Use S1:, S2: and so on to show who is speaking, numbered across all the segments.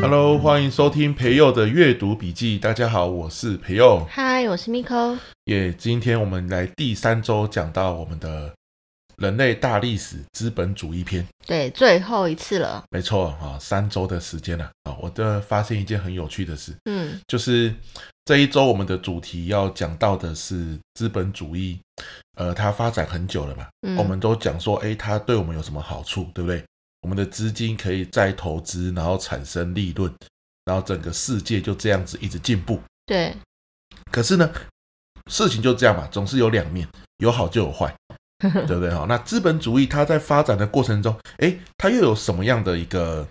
S1: Hello，欢迎收听培佑的阅读笔记。大家好，我是培佑。
S2: 嗨，我是 Miko。
S1: 也、今天我们来第三周讲到我们的人类大历史资本主义篇。
S2: 对，最后一次了。
S1: 没错啊、三周的时间了啊、我这发现一件很有趣的事，
S2: 嗯，
S1: 就是这一周我们的主题要讲到的是资本主义，呃，它发展很久了嘛，
S2: 嗯
S1: 我们都讲说，哎，它对我们有什么好处，对不对？我们的资金可以再投资，然后产生利润，然后整个世界就这样子一直进步。
S2: 对
S1: 可是呢，事情就这样嘛，总是有两面，有好就有 坏，对不对？哦哈，那资本主义它在发展的过程中，诶，它又有什么样的一个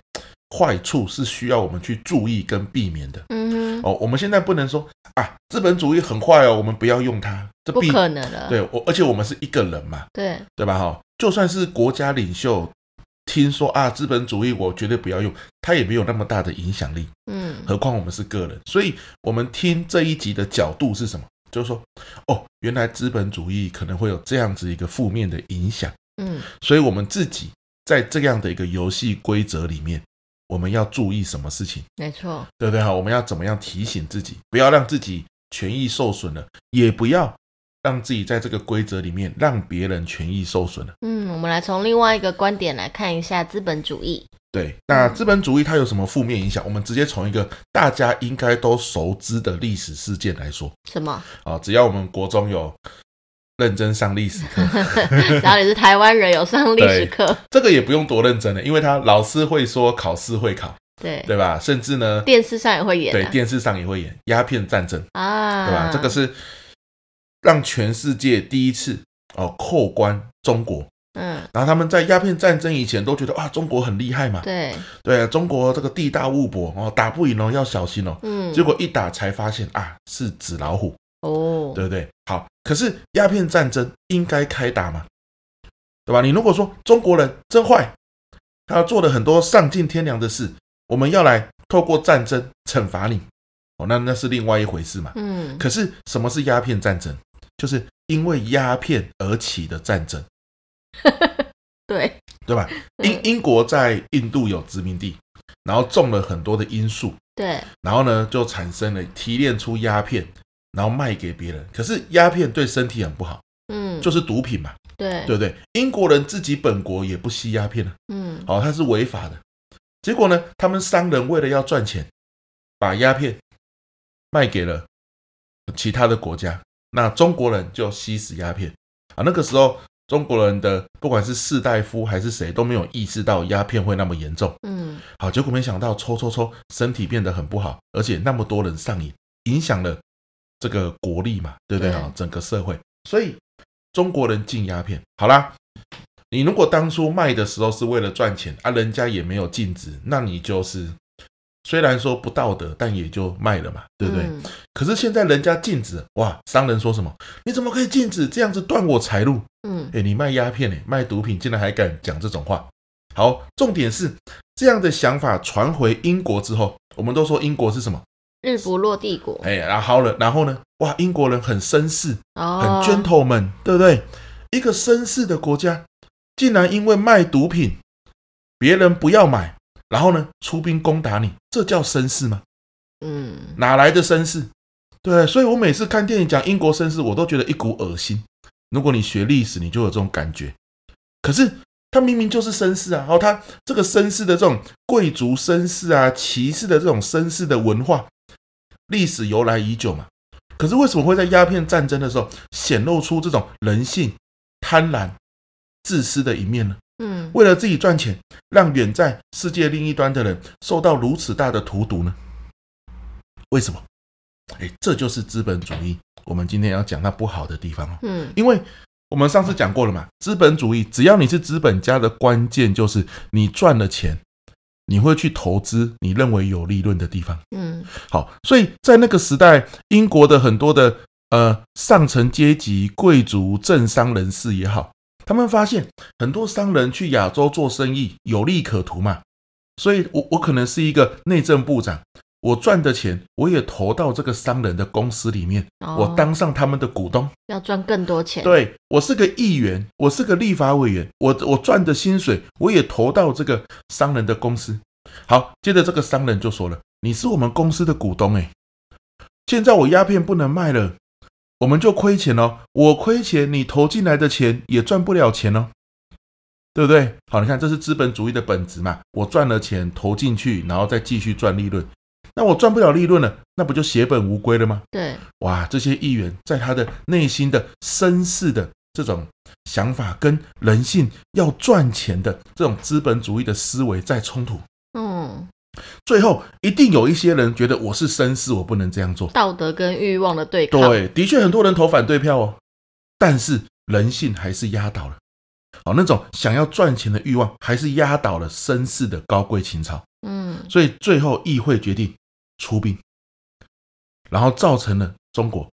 S1: 坏处是需要我们去注意跟避免的？
S2: 嗯哼，
S1: 哦，我们现在不能说啊，资本主义很坏哦，我们不要用它，这
S2: 不
S1: 必
S2: 可能了。
S1: 对我，而且我们是一个人嘛，
S2: 对
S1: 对吧？哈，就算是国家领袖听说啊，资本主义我绝对不要用，它也没有那么大的影响力。
S2: 嗯，
S1: 何况我们是个人，所以我们听这一集的角度是什么？就是说，哦，原来资本主义可能会有这样子一个负面的影响，
S2: 嗯，
S1: 所以我们自己在这样的一个游戏规则里面，我们要注意什么事情，
S2: 没错。
S1: 对不对？哈，我们要怎么样提醒自己，不要让自己权益受损了，也不要让自己在这个规则里面让别人权益受损了。
S2: 嗯，我们来从另外一个观点来看一下资本主义。
S1: 对，那资本主义它有什么负面影响？我们直接从一个大家应该都熟知的历史事件来说。
S2: 什 么？
S1: 啊，只要我们国中有认真上历史课，
S2: 只要你是台湾人，有上历史课，
S1: 这个也不用多认真的，因为他老师会说，考试会考，
S2: 对，
S1: 对吧？甚至呢，
S2: 电视上也会演
S1: 对
S2: 啊
S1: 电视上也会演鸦片战争，
S2: 啊，
S1: 对吧？这个是让全世界第一次哦扣关中国。
S2: 嗯，
S1: 然后他们在鸦片战争以前都觉得啊，中国很厉害嘛，
S2: 对，
S1: 对啊，中国这个地大物博哦，打不赢哦，要小心哦。
S2: 嗯，
S1: 结果一打才发现啊，是纸老虎，
S2: 哦，
S1: 对不对？好，可是鸦片战争应该开打嘛，对吧？你如果说中国人真坏，他做了很多丧尽天良的事，我们要来透过战争惩罚你，哦，那那是另外一回事嘛。
S2: 嗯，
S1: 可是什么是鸦片战争？就是因为鸦片而起的战争，
S2: 对，
S1: 对吧？英
S2: 嗯
S1: 英国在印度有殖民地，然后种了很多的罂粟，
S2: 对，
S1: 然后呢就产生了提炼出鸦片，然后卖给别人。可是鸦片对身体很不好。
S2: 嗯，
S1: 就是毒品嘛，
S2: 对，
S1: 对不对？英国人自己本国也不吸鸦片啊，
S2: 嗯，
S1: 哦，它是违法的。结果呢，他们商人为了要赚钱，把鸦片卖给了其他的国家，那中国人就吸食鸦片啊。那个时候，中国人的不管是士大夫还是谁都没有意识到鸦片会那么严重。
S2: 嗯，
S1: 好，结果没想到抽抽抽，身体变得很不好，而且那么多人上瘾，影响了这个国力嘛，对不对
S2: 对
S1: 啊、整个社会，所以中国人禁鸦片，好啦，你如果当初卖的时候是为了赚钱啊，人家也没有禁止，那你就是虽然说不道德，但也就卖了嘛，对不对？
S2: 嗯
S1: 可是现在人家禁止，哇，商人说什么？你怎么可以禁止这样子断我财路？
S2: 嗯，
S1: 哎，你卖鸦片哎，卖毒品，竟然还敢讲这种话。好，重点是这样的想法传回英国之后，我们都说英国是什么？
S2: 日不落帝国，
S1: 哎，然后好了，然后呢？哇，英国人很绅士，很
S2: 哦，
S1: gentleman，、对不对？一个绅士的国家，竟然因为卖毒品，别人不要买，然后呢，出兵攻打你，这叫绅士吗？
S2: 嗯，
S1: 哪来的绅士？对，所以我每次看电影讲英国绅士，我都觉得一股恶心。如果你学历史，你就有这种感觉。可是他明明就是绅士啊，然后他这个绅士的这种贵族绅士啊、骑士的这种绅士的文化，历史由来已久嘛。可是为什么会在鸦片战争的时候显露出这种人性、贪婪、自私的一面呢？
S2: 嗯，
S1: 为了自己赚钱，让远在世界另一端的人受到如此大的荼毒呢？为什么？哎，这就是资本主义。我们今天要讲它不好的地方哦，
S2: 嗯，
S1: 因为我们上次讲过了嘛，资本主义只要你是资本家的关键就是你赚了钱，你会去投资你认为有利润的地方。
S2: 嗯，
S1: 好，所以在那个时代，英国的很多的呃上层阶级、贵族、政商人士也好，他们发现很多商人去亚洲做生意有利可图嘛，所以我我可能是一个内政部长，我赚的钱我也投到这个商人的公司里面，
S2: 哦
S1: 我当上他们的股东。
S2: 要赚更多钱，，
S1: 对我是个议员，我是个立法委员，我我赚的薪水我也投到这个商人的公司。好，接着这个商人就说了：“你是我们公司的股东诶，现在我鸦片不能卖了，我们就亏钱哦。我亏钱，你投进来的钱也赚不了钱哦，对不对？好，你看这是资本主义的本质嘛，我赚了钱投进去，然后再继续赚利润。那我赚不了利润了，那不就血本无归了吗？
S2: 对，
S1: 哇，这些议员在他的内心的绅士的这种想法跟人性要赚钱的这种资本主义的思维在冲突，
S2: 嗯，
S1: 最后一定有一些人觉得我是绅士，我不能这样做。
S2: 道德跟欲望的对抗，
S1: 对，的确很多人投反对票哦，但是人性还是压倒了，好那种想要赚钱的欲望还是压倒了绅士的高贵情操。
S2: 嗯，
S1: 所以最后议会决定出兵，然后造成了中国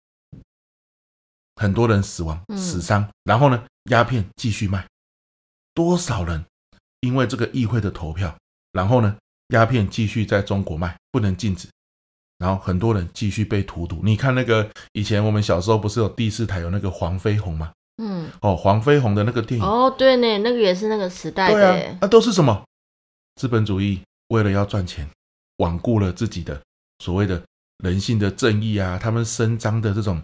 S1: 很多人死亡、
S2: 嗯
S1: 死伤，然后呢，鸦片继续卖，多少人因为这个议会的投票，然后呢，鸦片继续在中国卖，不能禁止。然后很多人继续被荼毒。你看那个以前我们小时候不是有第四台有那个黄飞鸿吗？
S2: 嗯，
S1: 哦，黄飞鸿的那个电影，
S2: 哦，对呢，那个也是那个时代
S1: 对
S2: 的
S1: 啊
S2: 耶，，
S1: 那、都是什么？资本主义为了要赚钱，罔顾了自己的所谓的人性的正义啊，他们伸张的这种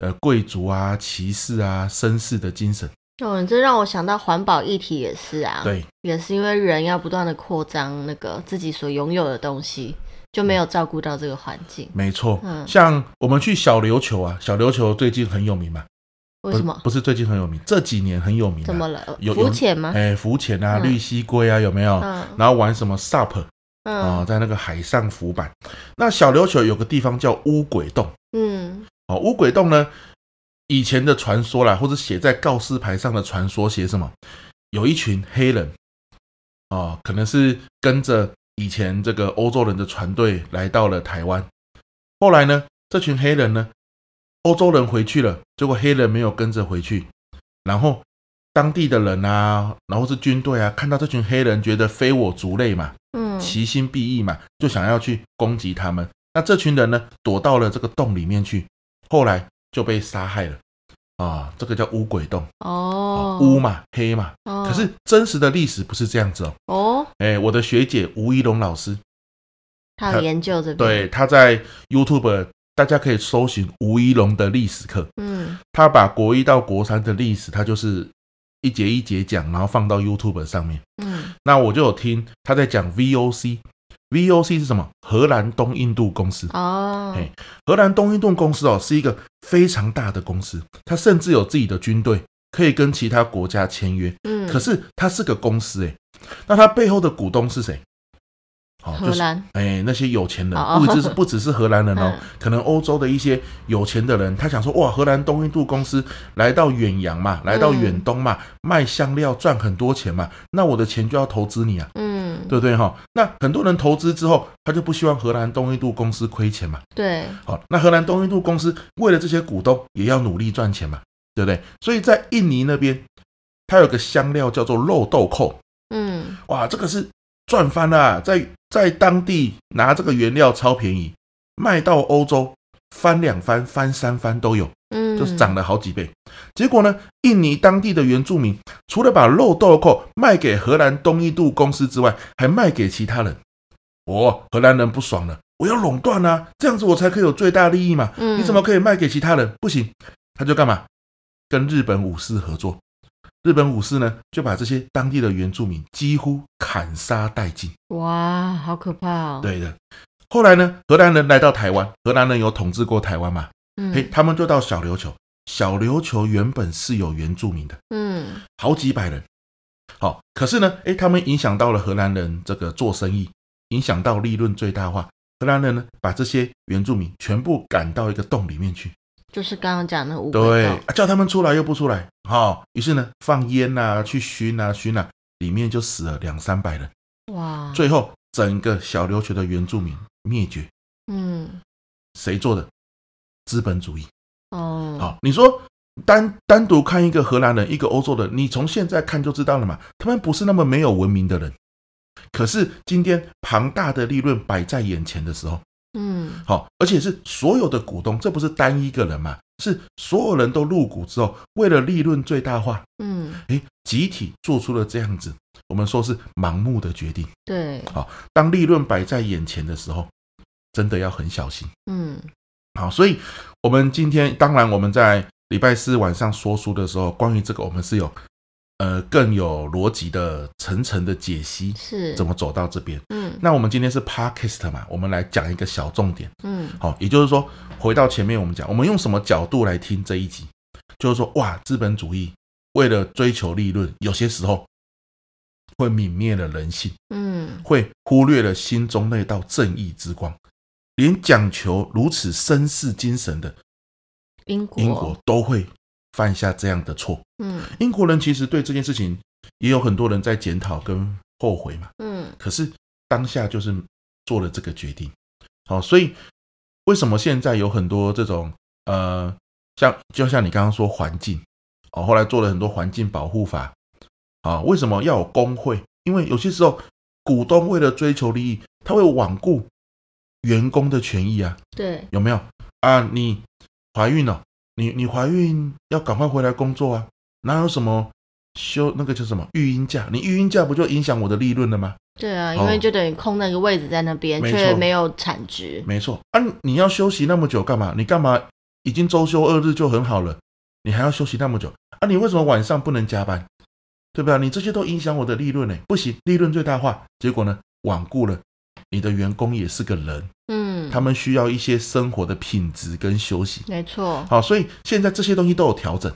S1: 呃贵族啊、骑士啊、绅士的精神。
S2: 哦，你这让我想到环保议题也是啊，，
S1: 对
S2: 也是因为人要不断的扩张那个自己所拥有的东西，就没有照顾到这个环境，
S1: 没错，
S2: 嗯
S1: 像我们去小琉球啊，小琉球最近很有名嘛？
S2: 为什么
S1: 不？不是最近很有名，这几年很有名、啊。
S2: 啊怎么了？
S1: 有有
S2: 浮潜吗？
S1: 哎，浮潜啊，
S2: 嗯
S1: 绿蜥龟啊，有没有？
S2: 嗯
S1: 然后玩什么 SUP 啊、
S2: 嗯
S1: 在那个海上浮板。那小琉球有个地方叫乌鬼洞。
S2: 嗯
S1: 哦，乌鬼洞呢，以前的传说啦，或者写在告示牌上的传说写什么？有一群黑人，哦，可能是跟着以前这个欧洲人的船队来到了台湾。后来呢，这群黑人呢，欧洲人回去了，结果黑人没有跟着回去，然后当地的人啊，然后是军队啊，看到这群黑人，觉得非我族类嘛，
S2: 嗯，
S1: 其心必异嘛，就想要去攻击他们。那这群人呢，躲到了这个洞里面去，后来就被杀害了。啊，这个叫乌鬼洞，
S2: 哦，
S1: 乌啊嘛黑嘛。
S2: 哦，
S1: 可是真实的历史不是这样子哦。
S2: 哦，
S1: 哎，我的学姐吴一龙老师，
S2: 他有研究这边，
S1: 对，，她在 YouTube，大家可以搜寻吴一龙的历史课。
S2: 嗯
S1: 她把国一到国三的历史，她就是一节一节讲，然后放到 YouTube 上面。
S2: 嗯
S1: 那我就有听她在讲 VOC。VOC 是什么？荷兰东印度公司。
S2: 哦，
S1: 嘿荷兰东印度公司哦，是一个非常大的公司，它甚至有自己的军队，可以跟其他国家签约。
S2: 嗯，
S1: 可是它是个公司诶，那它背后的股东是谁？哦
S2: 荷
S1: 是
S2: 兰，
S1: 哎，那些有钱人，
S2: 哦
S1: 不只是 不只是荷兰人哦
S2: 嗯，
S1: 可能欧洲的一些有钱的人，他想说，哇，荷兰东印度公司来到远洋
S2: 嗯
S1: 嘛，来到远东嘛，卖香料赚很多钱嘛，那我的钱就要投资你啊，
S2: 嗯，
S1: 对不对哈、那很多人投资之后，他就不希望荷兰东印度公司亏钱嘛。
S2: 对，
S1: 好，那荷兰东印度公司为了这些股东也要努力赚钱嘛，对不对？所以在印尼那边，它有个香料叫做肉豆蔻，
S2: 嗯
S1: 哇，这个是赚翻了啊、在在当地拿这个原料超便宜，卖到欧洲翻两番、翻三番都有，
S2: 嗯，
S1: 就是涨了好几倍。结果呢，印尼当地的原住民除了把肉豆蔻卖给荷兰东印度公司之外，还卖给其他人。哦，荷兰人不爽了，我要垄断啊，这样子我才可以有最大利益嘛。
S2: 嗯
S1: 你怎么可以卖给其他人？不行，他就干嘛？跟日本武士合作。日本武士呢，就把这些当地的原住民几乎砍杀殆尽。
S2: 哇，好可怕哦！，
S1: 对的。后来呢，荷兰人来到台湾，荷兰人有统治过台湾嘛？嘿，
S2: 嗯
S1: 他们就到小琉球。小琉球原本是有原住民的，
S2: 嗯
S1: 好几百人。好，可是呢，诶，他们影响到了荷兰人这个做生意，影响到利润最大化。荷兰人呢，把这些原住民全部赶到一个洞里面去，
S2: 就是刚刚讲的五鬼
S1: 对
S2: 洞，，
S1: 啊叫他们出来又不出来，好，于是呢，放烟呐、去熏啊，熏啊，里面就死了两三百人，
S2: 哇，
S1: 最后整个小琉球的原住民灭绝，
S2: 嗯
S1: 谁做的？资本主义。
S2: 哦，
S1: 好，你说单单独看一个荷兰人，一个欧洲人，你从现在看就知道了嘛，他们不是那么没有文明的人。可是今天庞大的利润摆在眼前的时候，
S2: 嗯
S1: 好、而且是所有的股东，这不是单一个人嘛，是所有人都入股之后，为了利润最大化，
S2: 嗯，
S1: 诶，集体做出了这样子，我们说是盲目的决定。
S2: 对，
S1: 当利润摆在眼前的时候，真的要很小心。
S2: 嗯
S1: 好，所以我们今天当然我们在礼拜四晚上说书的时候，关于这个我们是有呃更有逻辑的层层的解析，
S2: 是，
S1: 怎么走到这边。
S2: 嗯
S1: 那我们今天是 podcast 嘛，我们来讲一个小重点。
S2: 嗯
S1: 好，也就是说，回到前面我们讲，我们用什么角度来听这一集，就是说，哇，资本主义为了追求利润，有些时候会泯灭了人性，
S2: 嗯
S1: 会忽略了心中那道正义之光，连讲求如此绅士精神的
S2: 英国
S1: 英国都会犯下这样的错。
S2: 嗯
S1: 英国人其实对这件事情也有很多人在检讨跟后悔嘛。
S2: 嗯
S1: 可是当下就是做了这个决定。好，所以为什么现在有很多这种呃，像就像你刚刚说环境哦，后来做了很多环境保护法啊，为什么要有工会？因为有些时候股东为了追求利益，他会罔顾员工的权益啊，
S2: 对，
S1: 有没有啊？你怀孕了，你你怀孕要赶快回来工作啊，哪有什么休那个叫什么育婴假？你育婴假不就影响我的利润了吗？
S2: 对啊，
S1: 哦
S2: 因为就等于空那个位置在那边，
S1: 没
S2: 却
S1: 错
S2: 没有产值。
S1: 没错啊，你要休息那么久干嘛？你干嘛已经周休二日就很好了，你还要休息那么久啊？你为什么晚上不能加班？对吧？你这些都影响我的利润呢、不行，利润最大化。结果呢，罔顾了你的员工也是个人，
S2: 嗯，
S1: 他们需要一些生活的品质跟休息。
S2: 没错。
S1: 好，所以现在这些东西都有调整。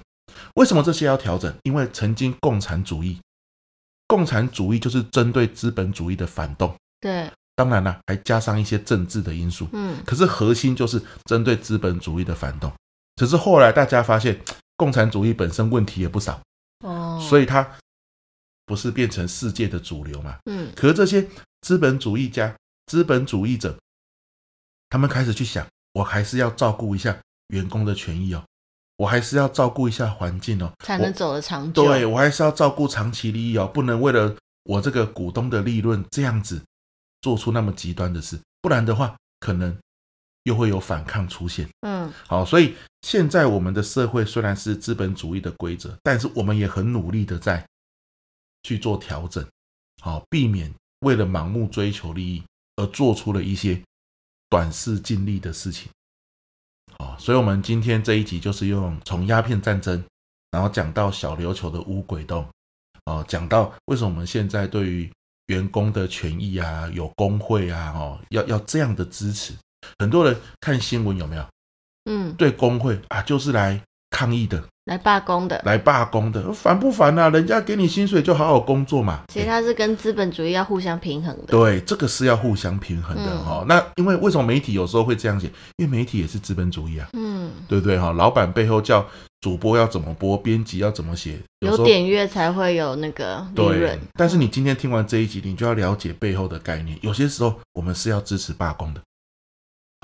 S1: 为什么这些要调整？因为曾经共产主义，共产主义就是针对资本主义的反动，
S2: 对，
S1: 当然了、还加上一些政治的因素。
S2: 嗯
S1: 可是核心就是针对资本主义的反动。只是后来大家发现，共产主义本身问题也不少，
S2: 哦，
S1: 所
S2: 以
S1: 以它不是变成世界的主流嘛？
S2: 嗯
S1: 可是这些资本主义家、资本主义者，他们开始去想，我还是要照顾一下员工的权益哦，我还是要照顾一下环境哦，
S2: 才
S1: 我
S2: 能走得长久。
S1: 对，我还是要照顾长期利益哦，不能为了我这个股东的利润这样子做出那么极端的事，不然的话可能又会有反抗出现。
S2: 嗯
S1: 好，所以现在我们的社会虽然是资本主义的规则，但是我们也很努力的在去做调整，好，避免为了盲目追求利益而做出了一些短视近利的事情。好，所以我们今天这一集就是用从鸦片战争，然后讲到小琉球的乌鬼洞，哦，讲到为什么我们现在对于员工的权益啊，有工会啊，哦，要要这样的支持。很多人看新闻有没有？
S2: 嗯，
S1: 对工会啊，就是来抗议的，
S2: 来罢工的。
S1: 来罢工的，烦不烦啊？人家给你薪水就好好工作嘛。
S2: 其实它是跟资本主义要互相平衡的。
S1: 对，这个是要互相平衡的
S2: 嗯
S1: 哈、哦。那因为为什么媒体有时候会这样写？因为媒体也是资本主义啊，
S2: 嗯，
S1: 对不对哈、老板背后叫主播要怎么播，编辑要怎么写，
S2: 有
S1: 时候
S2: 点阅才会有那个利
S1: 对
S2: 润。。
S1: 但是你今天听完这一集，你就要了解背后的概念。有些时候我们是要支持罢工的。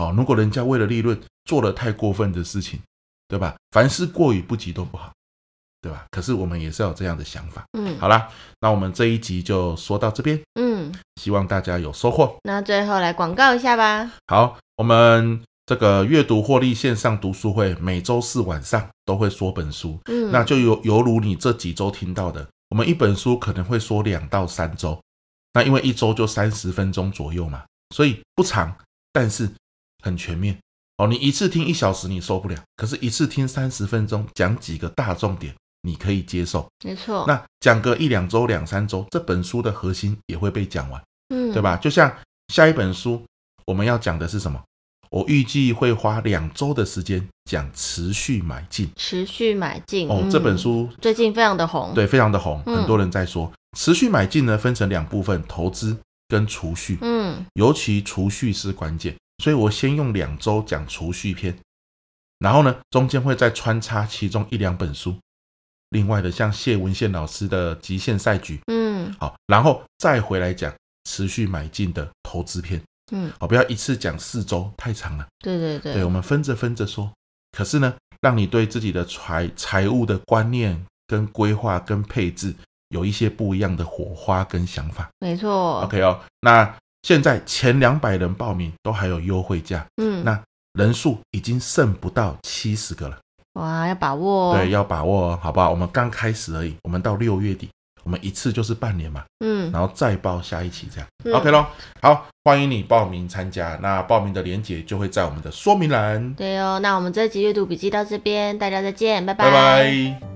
S1: 好、如果人家为了利润做了太过分的事情，对吧？凡事过于不及都不好，对吧？可是我们也是要有这样的想法。
S2: 嗯
S1: 好啦，那我们这一集就说到这边，
S2: 嗯，
S1: 希望大家有收获。
S2: 那最后来广告一下吧。
S1: 好，我们这个阅读获利线上读书会每周四晚上都会说本书，
S2: 嗯，
S1: 那就犹犹如你这几周听到的，我们一本书可能会说两到三周，那因为一周就三十分钟左右嘛，所以不长，但是很全面。哦，你一次听一小时你受不了，可是一次听三十分钟，讲几个大重点你可以接受。
S2: 没错。
S1: 那讲个一两周、两三周，这本书的核心也会被讲完，
S2: 嗯，
S1: 对？吧？就像下一本书我们要讲的是什么？我预计会花两周的时间讲持续买进
S2: 持续买进。
S1: 哦，
S2: 嗯
S1: 这本书
S2: 最近非常的红。，
S1: 对，非常的红，
S2: 嗯
S1: 很多人在说。持续买进呢，分成两部分，投资跟储蓄，
S2: 嗯
S1: 尤其储蓄是关键。所以我先用两周讲储蓄篇，然后呢，中间会再穿插其中一两本书，另外的像谢文宪老师的《极限赛局》，
S2: 嗯
S1: 好，然后再回来讲持续买进的投资篇，
S2: 嗯，
S1: 好，不要一次讲四周，太长了。
S2: 对对对。
S1: 对，我们分着分着说。可是呢，让你对自己的财财务的观念、跟规划、跟配置有一些不一样的火花跟想法。
S2: 没错。
S1: OK 哦，那现在前两百人报名都还有优惠价，
S2: 嗯，
S1: 那人数已经剩不到七十个了，
S2: 哇，要把握、哦，
S1: 对，，要把握哦，好不好？我们刚开始而已，我们到六月底，我们一次就是半年嘛，
S2: 嗯，
S1: 然后再报下一期这样、
S2: 嗯
S1: OK 咯。好，欢迎你报名参加，那报名的链接就会在我们的说明栏，
S2: 对哦，那我们这集阅读笔记到这边，大家再见，拜
S1: 拜拜